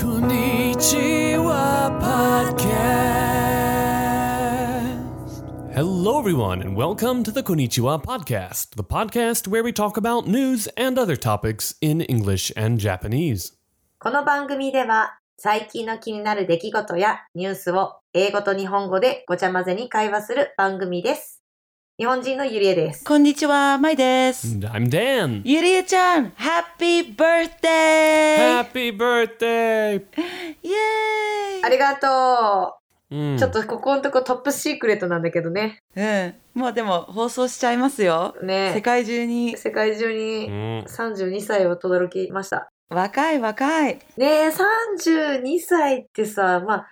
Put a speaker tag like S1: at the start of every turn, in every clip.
S1: こんにちは、podcast. Hello, everyone, and welcome to the Konnichiwa podcast, the podcast where we talk about news and other topics in English and Japanese.
S2: この番組では最近の気になる出来事やニュースを英語と日本語でごちゃ混ぜに会話する番組です。日本人のゆりえです。
S3: こんにちは、まいです。
S1: And I'm Dan.
S3: ゆりえちゃん、ハッピーバースデー
S1: Happy birthday!
S3: イエ
S2: ありがと
S1: Mm.
S2: う。ちょっとここのとこトップシークレットなんだけどね。
S3: ーイうん、もうでも放送しちゃいますよ。世
S2: ね
S3: 界中に。
S2: 世界中に
S1: Mm.
S2: 32歳を轟きました。
S3: 若い若い。
S2: ねえ、32歳ってさ、まあ、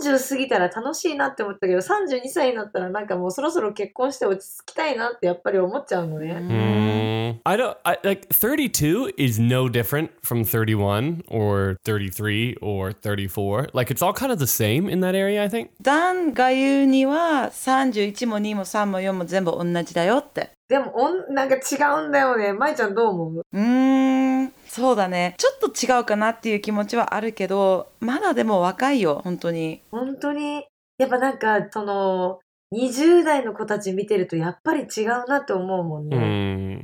S2: 30過ぎたら楽しいなって思ったけど、32歳になったらなんかもうそろそろ結婚して落ち着きたいなってやっぱり思っちゃうのね。
S1: Mm. I don't I, like 32 is no different from 31 or 33 or 34. Like it's all kind of the same in that area, I think.
S3: ダンが言うには31も2も3も4も全部同じだよって。
S2: でもおん、なんか違うんだよね。まいちゃんどう思う
S3: うーん、そうだね。ちょっと違うかなっていう気持ちはあるけど、まだでも若いよ、本当に。
S2: 本当に、やっぱなんか、その、20代の子たち見てるとやっぱり違うなって思うもんね。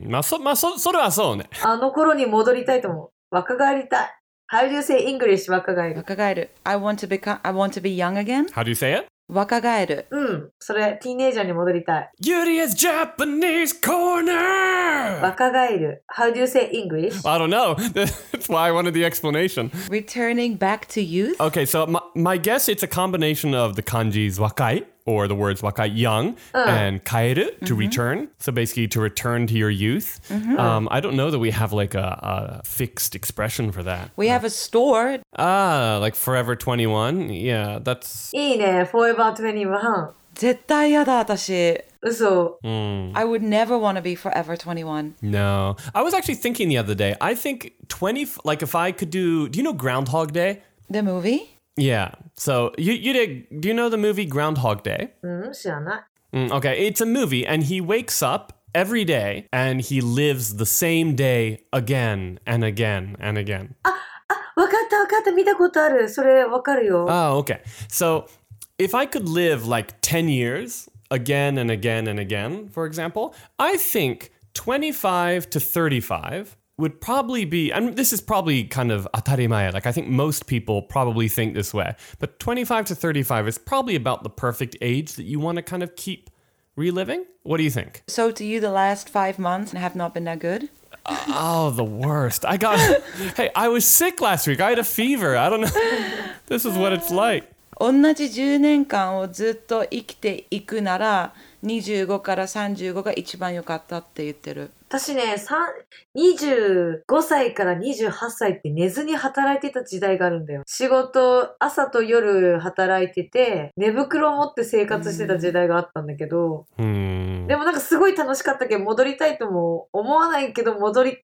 S1: うんまあそ、まあ、そ、それはそうね。
S2: あの頃に戻りたいと思う。若返りたい。How do you say English 若返る
S3: 若返る。I want to become, I want to be young again.
S1: How do you say it?
S3: 若返る。
S2: うん。それ、ティーネイジャーに戻りたい。
S1: Yuri's Japanese corner!
S2: 若返る。How do you say English?
S1: I don't know. That's why I wanted the explanation.
S3: Returning back to youth?
S1: Okay, so my, my guess it's a combination of the kanjis wakai or the words wakai young and kaeru to return. So basically to return to your youth. Um, I don't know that we have like a, a fixed expression for that.
S3: We have a store.
S1: Ah, like forever 21. Yeah, that's
S2: いいね。Forever 21。
S3: 絶対嫌だ、私。
S2: 嘘。
S3: I would never want to be forever 21.
S1: no. I was actually thinking the other day. I think 20 like if I could do do you know Groundhog Day?
S3: The movie?
S1: Yeah. So you you did. Do you know the movie Groundhog Day?
S2: うん、知らない。
S1: Mm, okay, it's a movie, and he wakes up every day and he lives the same day again and again and again.
S2: あ、わかったわかった。見たことある。それわかるよ。
S1: Oh, okay. So if I could live like ten years again and again and again, for example, I think twenty-five to thirty-five. Would probably be, and this is probably kind of atarimaya. Like I think most people probably think this way, but 25 to 35 is probably about the perfect age that you want to kind of keep reliving. What do you think?
S3: So to you, the last five months have not been that good?
S1: Oh, the worst. I got. hey, I was sick last week. I had a fever. I don't know. this is what it's like.
S3: 同じ10年間をずっと生きていくなら、25から35が一番良かったって言ってる。
S2: 私ね、三25歳から28歳って寝ずに働いてた時代があるんだよ。仕事、朝と夜働いてて、寝袋を持って生活してた時代があったんだけど、
S1: Hmm.
S2: でもなんかすごい楽しかったけど、戻りたいとも思わないけど、戻り、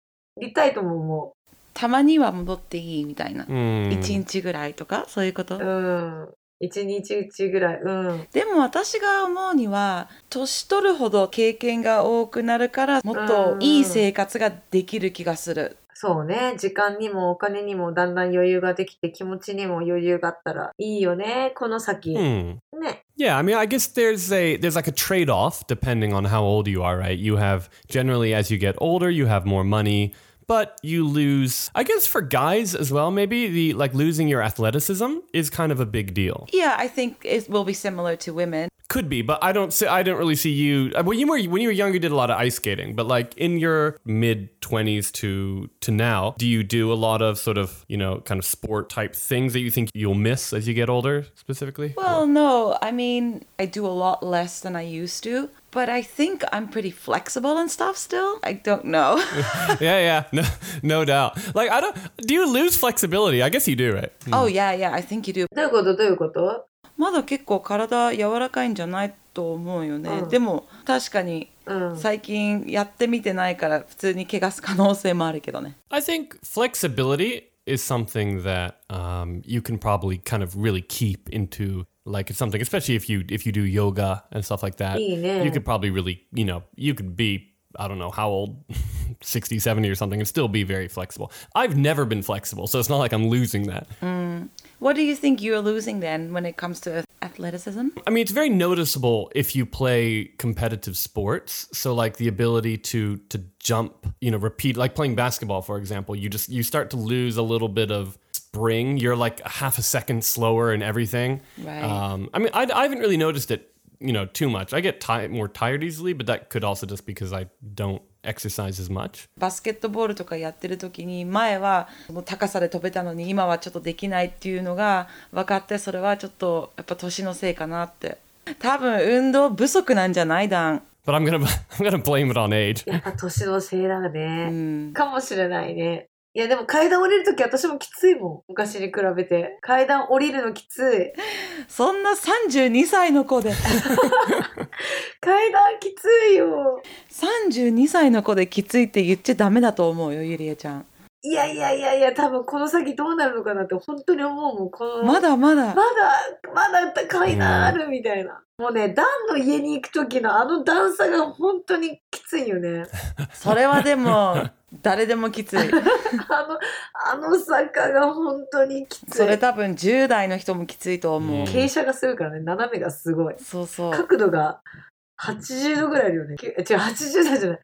S2: たいとも思
S3: たまには戻っていいみたいな。
S1: Hmm.
S3: 1日ぐらいとか、そういうこと
S2: う。うん。一日うちぐらい。うん。
S3: でも私が思うには年取るほど経験が多くなるからもっといい生活ができる気がする。
S2: そうね。時間にもお金にもだんだん余裕ができて、気持ちにも余裕があったらいいよね。この先。
S1: Hmm.
S2: ね。
S1: Yeah, I mean, I guess there's a there's like a trade off depending on how old you are, right? You have generally as you get older, you have more money, but you lose. I guess for guys as well, maybe the like losing your athleticism is kind of a big deal.
S3: Yeah, I think it will be similar to women.
S1: Could be, but I don't see. I don't really see you. uh, Well, you were when you were younger, you did a lot of ice skating, but like in your mid twenties to to now, do you do a lot of sort of you know kind of sport type things that you think you'll miss as you get older, specifically?
S3: Well, no, I mean, I do a lot less than I used to, but I think I'm pretty flexible and stuff still. I don't know.
S1: yeah, yeah, no, no doubt. Like I don't. Do you lose flexibility? I guess you do, right?
S3: oh, yeah, yeah, I think you do.
S2: どういうことどういうこと
S3: まだ結構体柔らかいんじゃないと思うよね。
S2: うん
S3: でも確かに
S2: うん。
S3: 最近やってみてないから普通に怪我す可能性もあるけどね。
S1: I think flexibility is something that um, you can probably kind of really keep into like it's something, especially if you if you do yoga and stuff like that.
S2: Yeah.
S1: You could probably really, you know, you could be I don't know how old, 60, 70 or something and still be very flexible. I've never been flexible, so it's not like I'm losing that.
S3: What do you think you're losing then when it comes to athleticism?
S1: I mean, it's very noticeable if you play competitive sports. So, like the ability to to jump, you know, repeat, like playing basketball, for example, you just you start to lose a little bit of spring. You're like a half a second slower in everything.
S3: Right.
S1: Um, I mean, I, I haven't really noticed it, you know, too much. I get ti more tired easily, but that could also just because I don't exercise as much.
S3: バスケットボールとかやってる時に前はもう高さで飛べたのに今はちょっとできないっていうのが分かってそれはちょっとやっぱ年のせいかなって多分運動不足なんじゃないダン
S1: But I'm gonna I'm gonna blame it on age.
S2: やっぱ年のせいだね。
S3: うん
S2: かもしれないね。いやでも階段降りるとき私もきついもん。昔に比べて。階段降りるのきつい。
S3: そんな32歳の子で
S2: 階段きついよ。
S3: 32歳の子できついって言っちゃダメだと思うよゆりえちゃん
S2: いやいやいやいや、多分この先どうなるのかなって本当に思うもん。この
S3: まだま
S2: まだ、
S3: だ
S2: まだ階段あるみたいな。もうね、段の家に行くときのあの段差が本当にきついよ ね。
S3: それはでも誰でもきつい
S2: あの、あの坂が本当にきつい。
S3: それ多分10代の人もきついと思う、
S1: うん
S2: 傾斜がするからね、斜めがすごい。
S3: そうそう
S2: 角度が80度ぐらいあるよね。け違う、80度じゃない。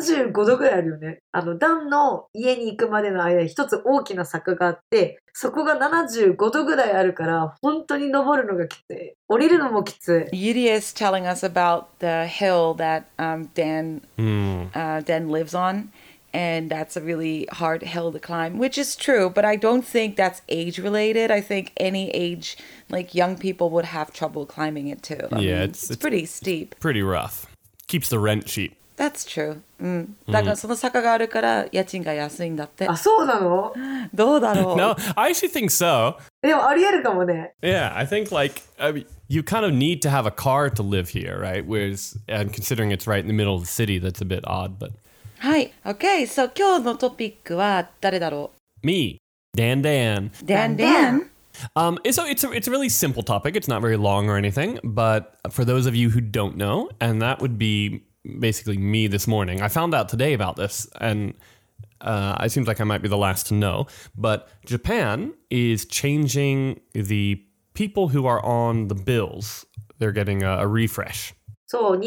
S2: 75度ぐらいあるよね。あの、段の家に行くまでの間に一つ大きな坂があって、そこが75度ぐらいあるから、本当に登るのがきつい。降りるのもきつい。
S3: Yuri is telling us about the hill that um, Dan
S1: Hmm.
S3: uh, Dan lives on. And that's a really hard hill to climb, which is true, but I don't think that's age related. I think any age, like young people, would have trouble climbing it too. I
S1: Yeah,
S3: mean,
S1: it's-
S3: it's,
S1: it's-
S3: pretty steep.
S1: Pretty rough. Keeps the rent cheap.
S3: That's true. Mm. うん。
S1: Mm-hmm.
S3: だからその坂があるから家賃が安いんだって
S2: あ、。そうなの
S3: どうだろ う
S1: No, I actually think so.
S2: でもありえるかもね。
S1: Yeah, I think like I mean, you kind of need to have a car to live here, right? Whereas, and considering it's right in the middle of the city, that's a bit odd. But
S3: はい。Okay, so 今日のトピックは誰だろ
S1: me, Dan, Dan.
S3: う ?Dan Dan?
S1: Um, so it's a, it's a really simple topic. It's not very long or anything. But for those of you who don't know, and that would be basically me this morning. I found out today about this, and uh, it seems like I might be the last to know. But Japan is changing the people who are on the bills. They're getting a, a refresh.
S2: そう、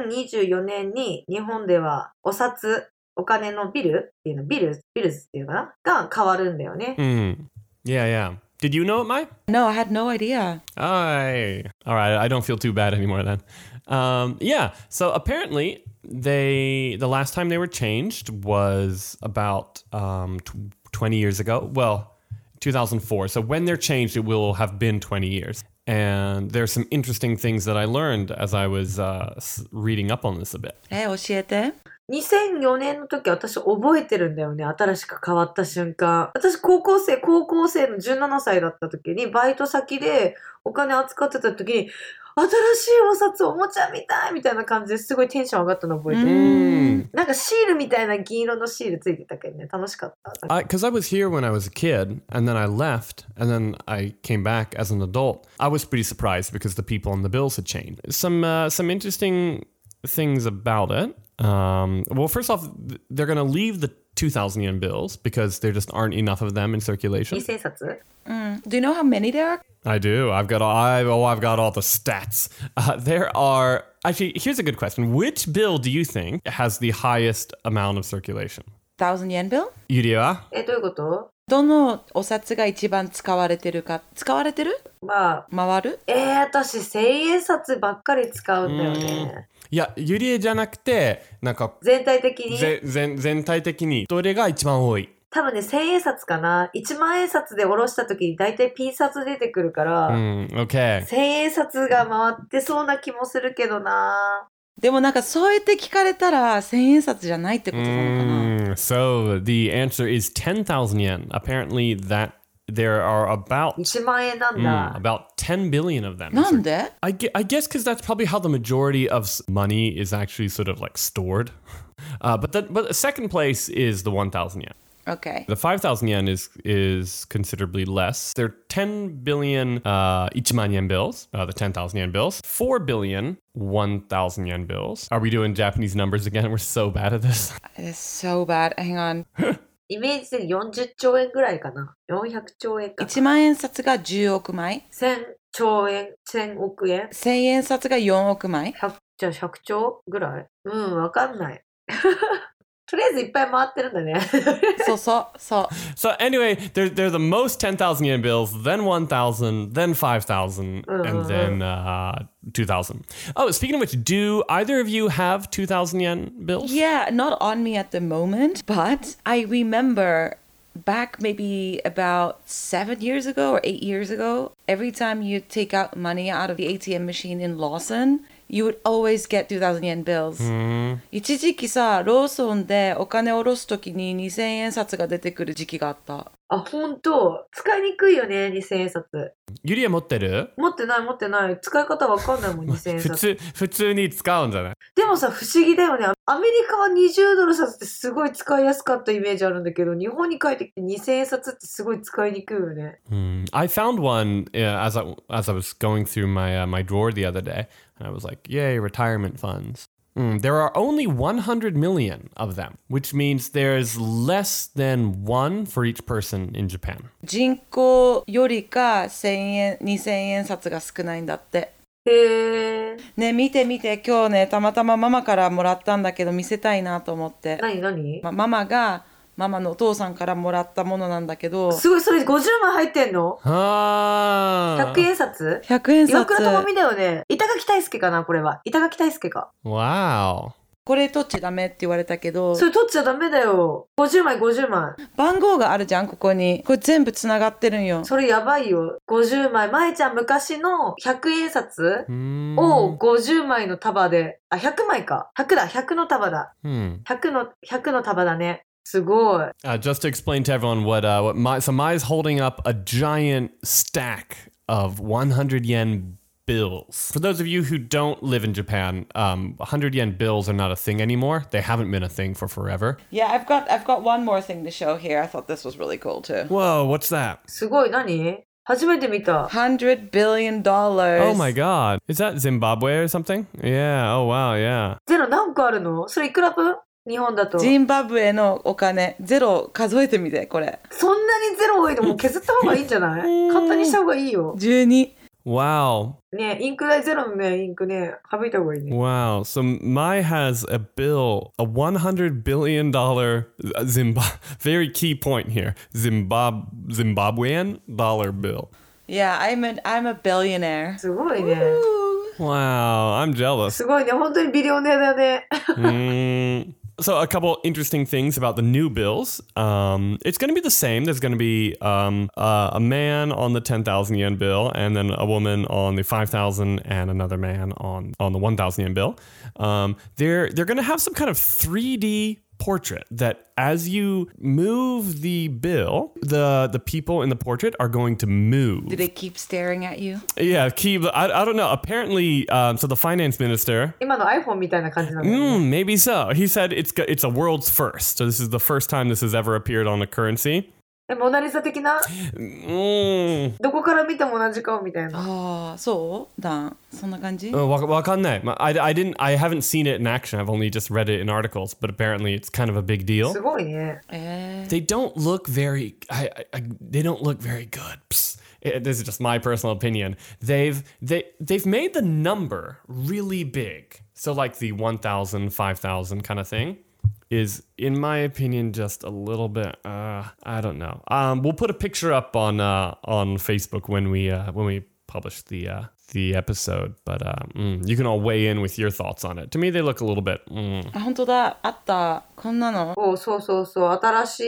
S2: 2024年に日本ではお札、お金のビルっていうの、ビル、ビルズっていうのかなが変わるんだよね。
S1: Mm. Yeah, yeah. Did you know it, Mai?
S3: No, I had no idea.
S1: I. All right, I don't feel too bad anymore then. Um, yeah, so apparently they the last time they were changed was about um, tw 20 years ago. Well, 2004. So when they're changed, it will have been 20 years. And there's some interesting things that I learned as I was uh, s- reading up on this a bit.
S3: え、教えて。
S2: 2004年の時私覚えてるんだよね。新しく変わった瞬間。私高校生、高校生の17歳だった時にバイト先でお金扱ってた時に新しいお札おもちゃみたいみたいな感じですごいテンション上がったの覚えてる。
S3: Mm.
S2: なんかシールみたいな銀色のシールついてたけどね。楽しかった。
S1: because I, was here when I was a kid, and then I left, and then I came back as an adult. I was pretty surprised because the people on the bills had changed. Some uh, some interesting things about it. Um, well, first off, th- they're going to leave the 2,000 yen bills because there just aren't enough of them in circulation.
S2: 2000冊
S3: Mm. Do you know how many there are?
S1: I do. I've got all. I, oh, I've got all the stats. Uh, there are actually. Here's a good question. Which bill do you think has the highest amount of circulation?
S3: Thousand yen bill?
S1: Yuria?
S2: え、どういうこと
S3: どのお札が一番使われてるか使われてる
S2: まあ、
S3: 回る
S2: えー、私千円札ばっかり使うんだよね。
S1: Yeah, Yuria じゃなくて、なんか
S2: 全体的に。
S1: ぜ全全体的にどれが一番多い
S2: 多分ね、千円札かな。一万円札で下ろした時に大体ピン札出てくるから、
S1: うん、OK。
S2: 千円札が回ってそうな気もするけどな。
S3: でもなんかそうやって聞かれたら千円札じゃないってことなのかな
S1: Mm, so the answer is 10,000 yen. Apparently that there are about
S2: 一万円なん
S1: mm,
S2: だ。
S1: about 10 billion of them.
S3: なんで
S1: I, gue- I guess because that's probably how the majority of s- money is actually sort of like stored. Uh, but that, but second place is the 1,000 yen.
S3: Okay.
S1: The 5,000 yen is is considerably less. They're 10 billion uh, 1,000 yen bills, uh, the 10,000 yen bills, 4 billion 1,000 yen bills. Are we doing Japanese numbers again? We're so bad at this.
S3: It is so bad. Hang on.
S2: イメージで40兆円ぐらいかな。400兆円か。
S3: 1万円札が10億枚。
S2: 1000兆円、1000億円。
S3: 1000円札が4億枚。
S2: 100じゃあ100兆ぐらいうん、わかんない。 とりあえずいっぱい回ってるんだね。
S3: そうそう、そう。
S1: So anyway, they're, they're the most 10,000 yen bills, then 1,000, then 5,000, and then uh, 2,000. Oh, speaking of which, do either of you have 2,000 yen bills?
S3: Yeah, not on me at the moment, but I remember back maybe about seven years ago or eight years ago, every time you take out money out of the ATM machine in Lawson, you would always get 2000 yen bills.
S1: Hmm. Mm.
S3: 一時期さ、ローソンでお金を下ろすときに2000円札が出てくる時期があった。
S2: あ、ほんと。使いにくいよね、2000円札。
S1: Yuria 持ってる
S2: 持ってない持ってない。使い方わかんないもん、2000円札。
S1: 普通-普通に使うんじゃない？
S2: でもさ、不思議だよね。アメリカは20ドル札ってすごい使いやすかったイメージあるんだけど、日本に帰ってきて2000円札ってすごい使いにくいよね。
S1: Mm. I found one uh, as I as I was going through my uh, my drawer the other day, and I was like, "Yay, retirement funds!" Mm, there are only 100 million of them, which means there's less than one for each person in Japan.
S3: 人口よりか1000円、2000円札が少ないんだって。
S2: へえ。
S3: ね、見て見て、今日ね、たまたまママからもらったんだけど見せたいなと思って。
S2: なになに
S3: まあママがママのお父さんからもらったものなんだけど
S2: すごい、それ50枚入ってんの
S1: Ah,
S2: 100円札
S3: 100円
S2: 岩倉
S3: 札
S2: 智美だよね。板垣大輔かな、これは。板垣大輔か。
S1: wow.
S3: これ取っちゃダメって言われたけど
S2: それ取っちゃダメだよ。50枚、50枚。
S3: 番号があるじゃんここにこれ全部つながってるんよ
S2: それやばいよ。50枚。まえちゃん昔の100円札
S1: Mm.
S2: を50枚の束で、あ、100枚か。100だ、100の束だ。
S1: Hmm.
S2: 100の、100の束だね。すごい。
S1: Uh, just to explain to everyone what uh, what my so Mai's holding up a giant stack of 100 yen bills. For those of you who don't live in Japan, um, 100 yen bills are not a thing anymore. They haven't been a thing for forever.
S3: Yeah I've got, I've got one more thing to show here I thought this was really cool too
S1: Whoa, what's that?
S2: すごい。何初めて見た。
S3: 100 billion dollars
S1: Oh my god. Is that Zimbabwe or something? Yeah. Oh wow, yeah.
S2: ゼロ何個あるのそれいくら分日本だと。そん
S3: ジンバブエのお金ゼロ数えてみてこれ
S2: なにゼロ多いのもう削った方がいいんじゃない簡単にした方がいいよ。
S3: 12
S1: Wow.
S2: ねインク代ゼロのね、インクね、省いた方がいいね。
S1: Wow. So Mai has a bill, a 100 billion dollar Zimbabwe very key point here. Zimbab Zimbabwean dollar bill.
S3: Yeah I'm a, I'm a billionaire
S2: すごいね。
S1: Wow, I'm jealous.
S2: すごいね。本当にビリオネアだね。
S1: Mm. So, a couple interesting things about the new bills. Um, it's going to be the same. There's going to be um, uh, a man on the 10,000 yen bill, and then a woman on the 5,000, and another man on, on the 1,000 yen bill. Um, they're they're going to have some kind of 3D portrait that as you move the bill, the, the people in the portrait are going to move.
S3: Do they keep staring at you?
S1: Yeah, Keeb, I, I don't know. Apparently, um, so the finance minister,
S2: 今の iPhone みたいな感じなの、ね。
S1: Mm, maybe so. He said it's go- it's a world's first. So this is the first time this has ever appeared on a currency.
S2: え、モナリザ的な
S1: Mm.
S2: どこから見ても同じ顔みたいな。
S3: ああそうダンそんな感じ
S1: Uh, wa- wakannai. Ma- I, I didn't. I haven't seen it in action. I've only just read it in articles. But apparently, it's kind of a big
S2: す
S1: deal.
S2: ごいね。
S3: えー
S1: They don't look very. I, I, I, they don't look very good. Psst. Eh, this is just my personal opinion. They've they they've made the number really big. So like the 1,000, 5,000 kind of thing. is, in my opinion, just a little bit. Uh, I don't know. Um, we'll put a picture up on uh, on Facebook when we uh, when we publish the uh, the episode. But uh, mm, you can all weigh in with your thoughts on it. To me, they look a little bit. Mm.
S3: あ本当だあったこんなの
S2: おうそうそうそう。新し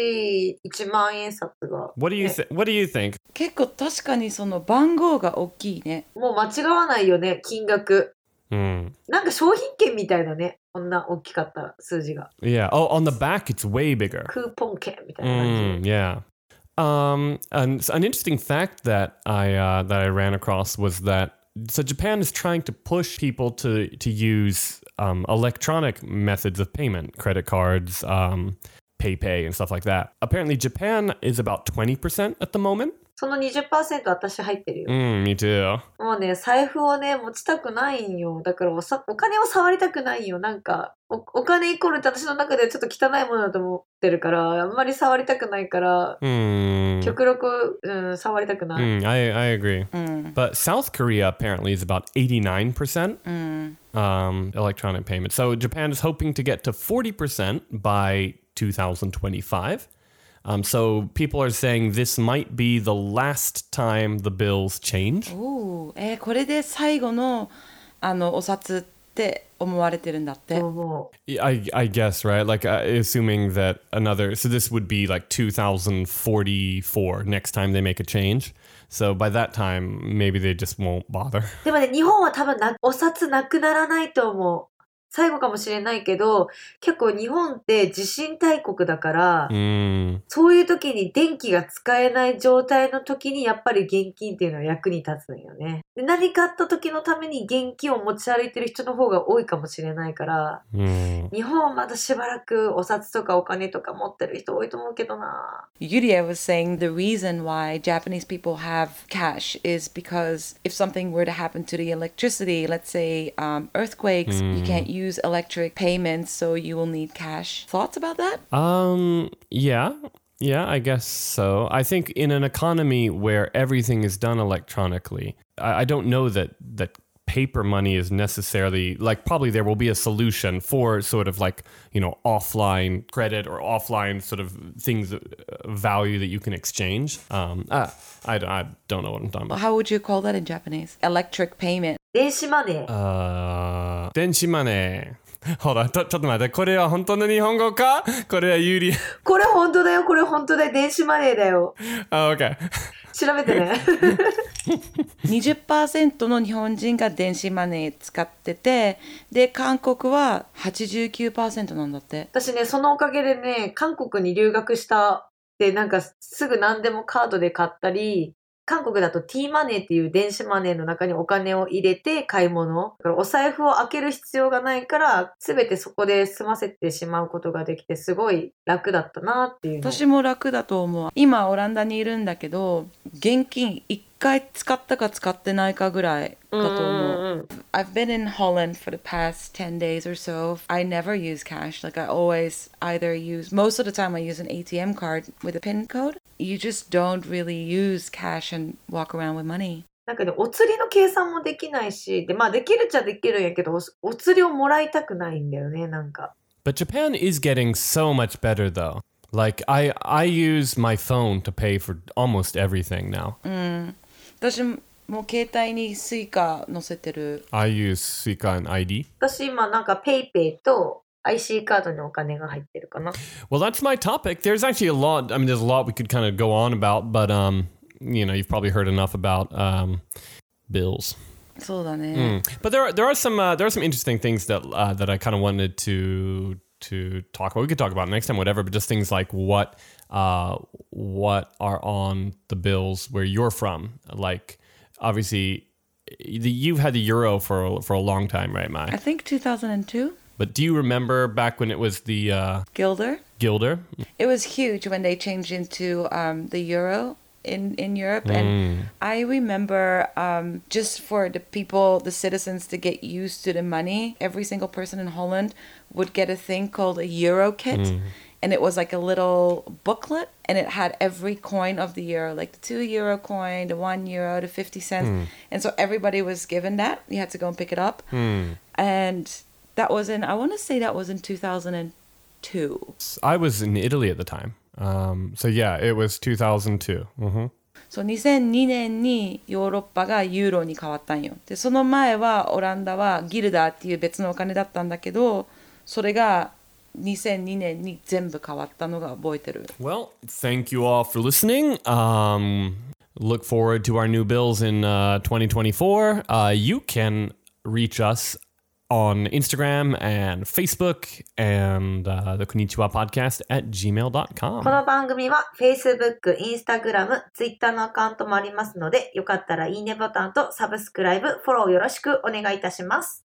S2: い1万円札が。
S1: What do you th- What do you think?
S3: 結構確かにその番号が大きいね
S2: もう間違わないよね、金額。
S1: Mm.
S2: なんか商品券みたいだね。こんな大きかったら、数字が。
S1: Yeah. Oh, on the back, it's way bigger.
S2: クーポン券みたいな感じ。
S1: Mm, yeah. Um, and s- an interesting fact that I uh, that I ran across was that so Japan is trying to push people to to use um, electronic methods of payment, credit cards, um, PayPay and stuff like that. Apparently, Japan is about 20% at the moment.
S2: その20%私入ってるよ。
S1: Mm, me too.
S2: もうね、財布をね、持ちたくないんよ。だからおさ、お金を触りたくないんよ。なんか、お、お金イコールって私の中ではちょっと汚いものだと思ってるから、あんまり触りたくないから、
S1: Mm,
S2: 極力、うん、触りたくない。
S1: mm, I, I agree.
S3: うん。
S1: But South Korea apparently is about 89%
S3: うん。
S1: um, electronic payment. So Japan is hoping to get to 40% by 2025. Um, so people are saying this might be the last time the bills change.
S3: おーえーこれで最後のあのお札って思われてるんだって。
S2: もうも
S1: I, I guess, right? Like, uh, assuming that another, so this would be like 2044 next time they make a change. So by that time, maybe they just won't bother.
S2: う。でもね、日本は多分な、お札なくならないと思う。最後かもしれないけど、結構日本って地震大国だから、
S1: Mm.
S2: そういう時に電気が使えない状態の時にやっぱり現金っていうのは役に立つんよね。で何かあった時のために現金を持ち歩いてる人の方が多いかもしれないから、
S1: Mm.
S2: 日本はまだしばらくお札とかお金とか持ってる人多いと思うけどな。
S3: Yuria was saying the reason why Japanese people have cash is because if something were to happen to the electricity, let's say um, earthquakes, you can't use electric payments, so you will need cash. Thoughts about that?
S1: Um, yeah. Yeah, I guess so. I think in an economy where everything is done electronically, I, I don't know that that paper money is necessarily like probably there will be a solution for sort of like you know offline credit or offline sort of things uh, value that you can exchange um uh, I, don't- I don't know what i'm talking about
S3: How would you call that in Japanese? Electric payment.
S2: 電子マネー。
S1: uh 電子マネー。ほら、ちょ、ちょっと待って。これは本当の日本語かこれは有利。
S2: これ本当だよ、これ本当だよ、電子マネーだよ。
S1: Ah, okay.
S2: 調べてね。
S3: 20%の日本人が電子マネー使ってて、で、韓国は89%なんだって。
S2: 私ね、そのおかげでね、韓国に留学したって、なんかすぐ何でもカードで買ったり、韓国だと T マネーっていう電子マネーの中にお金を入れて買い物。だからお財布を開ける必要がないから、すべてそこで済ませてしまうことができて、すごい楽だったなっていうの。
S3: 私も楽だと思う今オランダにいるんだけど現金1回使ったか使ってないかぐらいだと思う
S2: うんうんうん。
S3: I've been in Holland for the past 10 days or so I never use cash like I always either use most of the time I use an ATM card with a PIN code you just don't really use cash and walk around with money
S2: なんかね、お釣りの計算もできないし、で、まあできるっちゃできるんやけど、おお釣りをもらいたくないんだよね、なんか。
S1: But Japan is getting so much better though. Like I I use my phone to pay for almost everything now.
S3: 私も携帯にスイカ載せてる
S1: I use Suica and ID.
S2: 私今なんか PayPay ペイペイと IC カードにお金が入ってるかな。
S1: Well, that's my topic. There's actually a lot I mean there's a lot we could kind of go on about, but um you know, you've probably heard enough about um bills.
S3: そうだね、
S1: Mm. But there are there are some uh, there are some interesting things that uh, that I kind of wanted to to talk about. We could talk about it next time, whatever. But just things like what uh, what are on the bills where you're from. Like obviously, the, you've had the euro for for a long time, right, Mai?
S3: I think 2002
S1: But do you remember back when it was the uh,
S3: Gilder
S1: guilder?
S3: it was huge when they changed into um, the euro in, in Europe. And I remember um, just for the people, the citizens to get used to the money, every single person in Holland would get a thing called a euro kit. And it was like a little booklet, and it had every coin of the euro, like the two euro coin, the one euro, the 50 cents. And so everybody was given that. You had to go and pick it up. And that was in, I want to say that was in 2002.
S1: I was in Italy at the time. Um, so yeah, it was 2002. hmm
S3: そう2002年にヨーロッパがユーロに変わったんよでその前はオランダはギルダーっていう別のお金だったんだけどそれが2002年に全部変わったのが覚えてる
S1: Well, thank you all for listening. Um, look forward to our new bills in uh, 2024. Uh, you can reach us on Instagram and Facebook and uh, the Konnichiwa podcast at
S2: こ
S1: gmail.com.
S2: の番組は Facebook、Instagram、Twitter のアカウントもありますので、よかったらいいねボタンとサブスクライブ、フォローよろしくお願いいたします。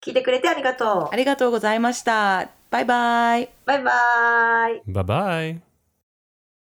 S2: 聞いてくれてありがとう
S3: あ。りがとうございました
S4: バイバイ
S5: バイバーイ。
S2: Bye bye.